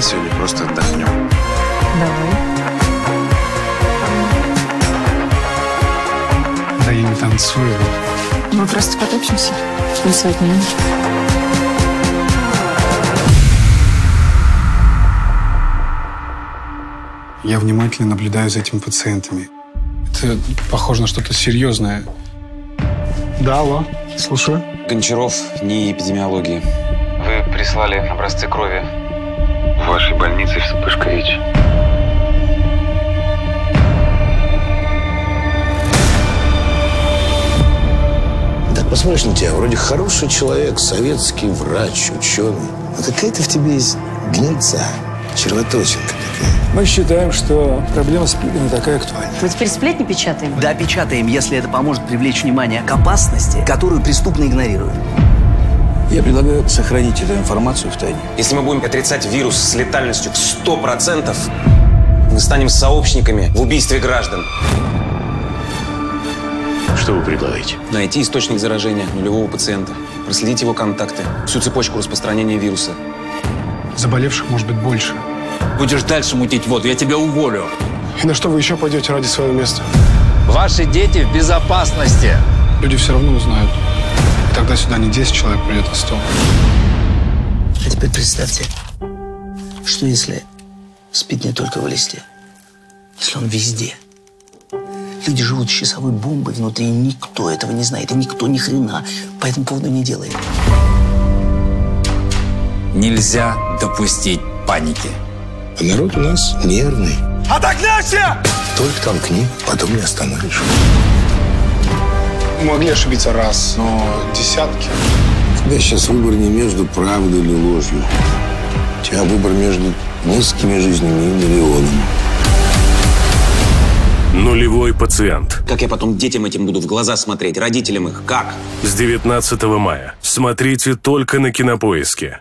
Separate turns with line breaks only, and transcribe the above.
сегодня просто отдохнем.
Давай.
Да я не танцую.
Мы просто потопчемся. Танцевать не надо.
Я внимательно наблюдаю за этими пациентами. Это похоже на что-то серьезное. Да, алло, слушаю.
Гончаров, не эпидемиологии. Вы прислали образцы крови.
В вашей больнице вспышка ВИЧ.
Так посмотришь на тебя, вроде хороший человек, советский врач, ученый. Но
А
какая-то в тебе есть гнильца, червоточинка такая.
Мы считаем, что проблема СПИДа не такая актуальна.
Мы теперь сплетни печатаем?
Да, печатаем, если это поможет привлечь внимание к опасности, которую преступно игнорируют.
Я предлагаю сохранить эту информацию в тайне.
Если мы будем отрицать вирус с летальностью в 100%, мы станем сообщниками в убийстве граждан.
Что вы предлагаете?
Найти источник заражения нулевого пациента, проследить его контакты, всю цепочку распространения вируса.
Заболевших может быть больше.
Будешь дальше мутить воду, я тебя уволю.
И на что вы еще пойдете ради своего места?
Ваши дети в безопасности.
Люди все равно узнают. И тогда сюда не 10 человек придет, а 100.
А теперь представьте, что если спит не только в листе, если он везде. Люди живут с часовой бомбой внутри, и никто этого не знает, и никто ни хрена по этому поводу не делает.
Нельзя допустить паники.
А народ у нас нервный. Отогнайся! Только толкни, потом не остановишь.
Могли ошибиться раз, но десятки.
У тебя сейчас выбор не между правдой или ложью. У тебя выбор между несколькими жизнями и миллионом.
Нулевой пациент.
Как я потом детям этим буду в глаза смотреть, родителям их, как?
С 19 мая. Смотрите только на Кинопоиске.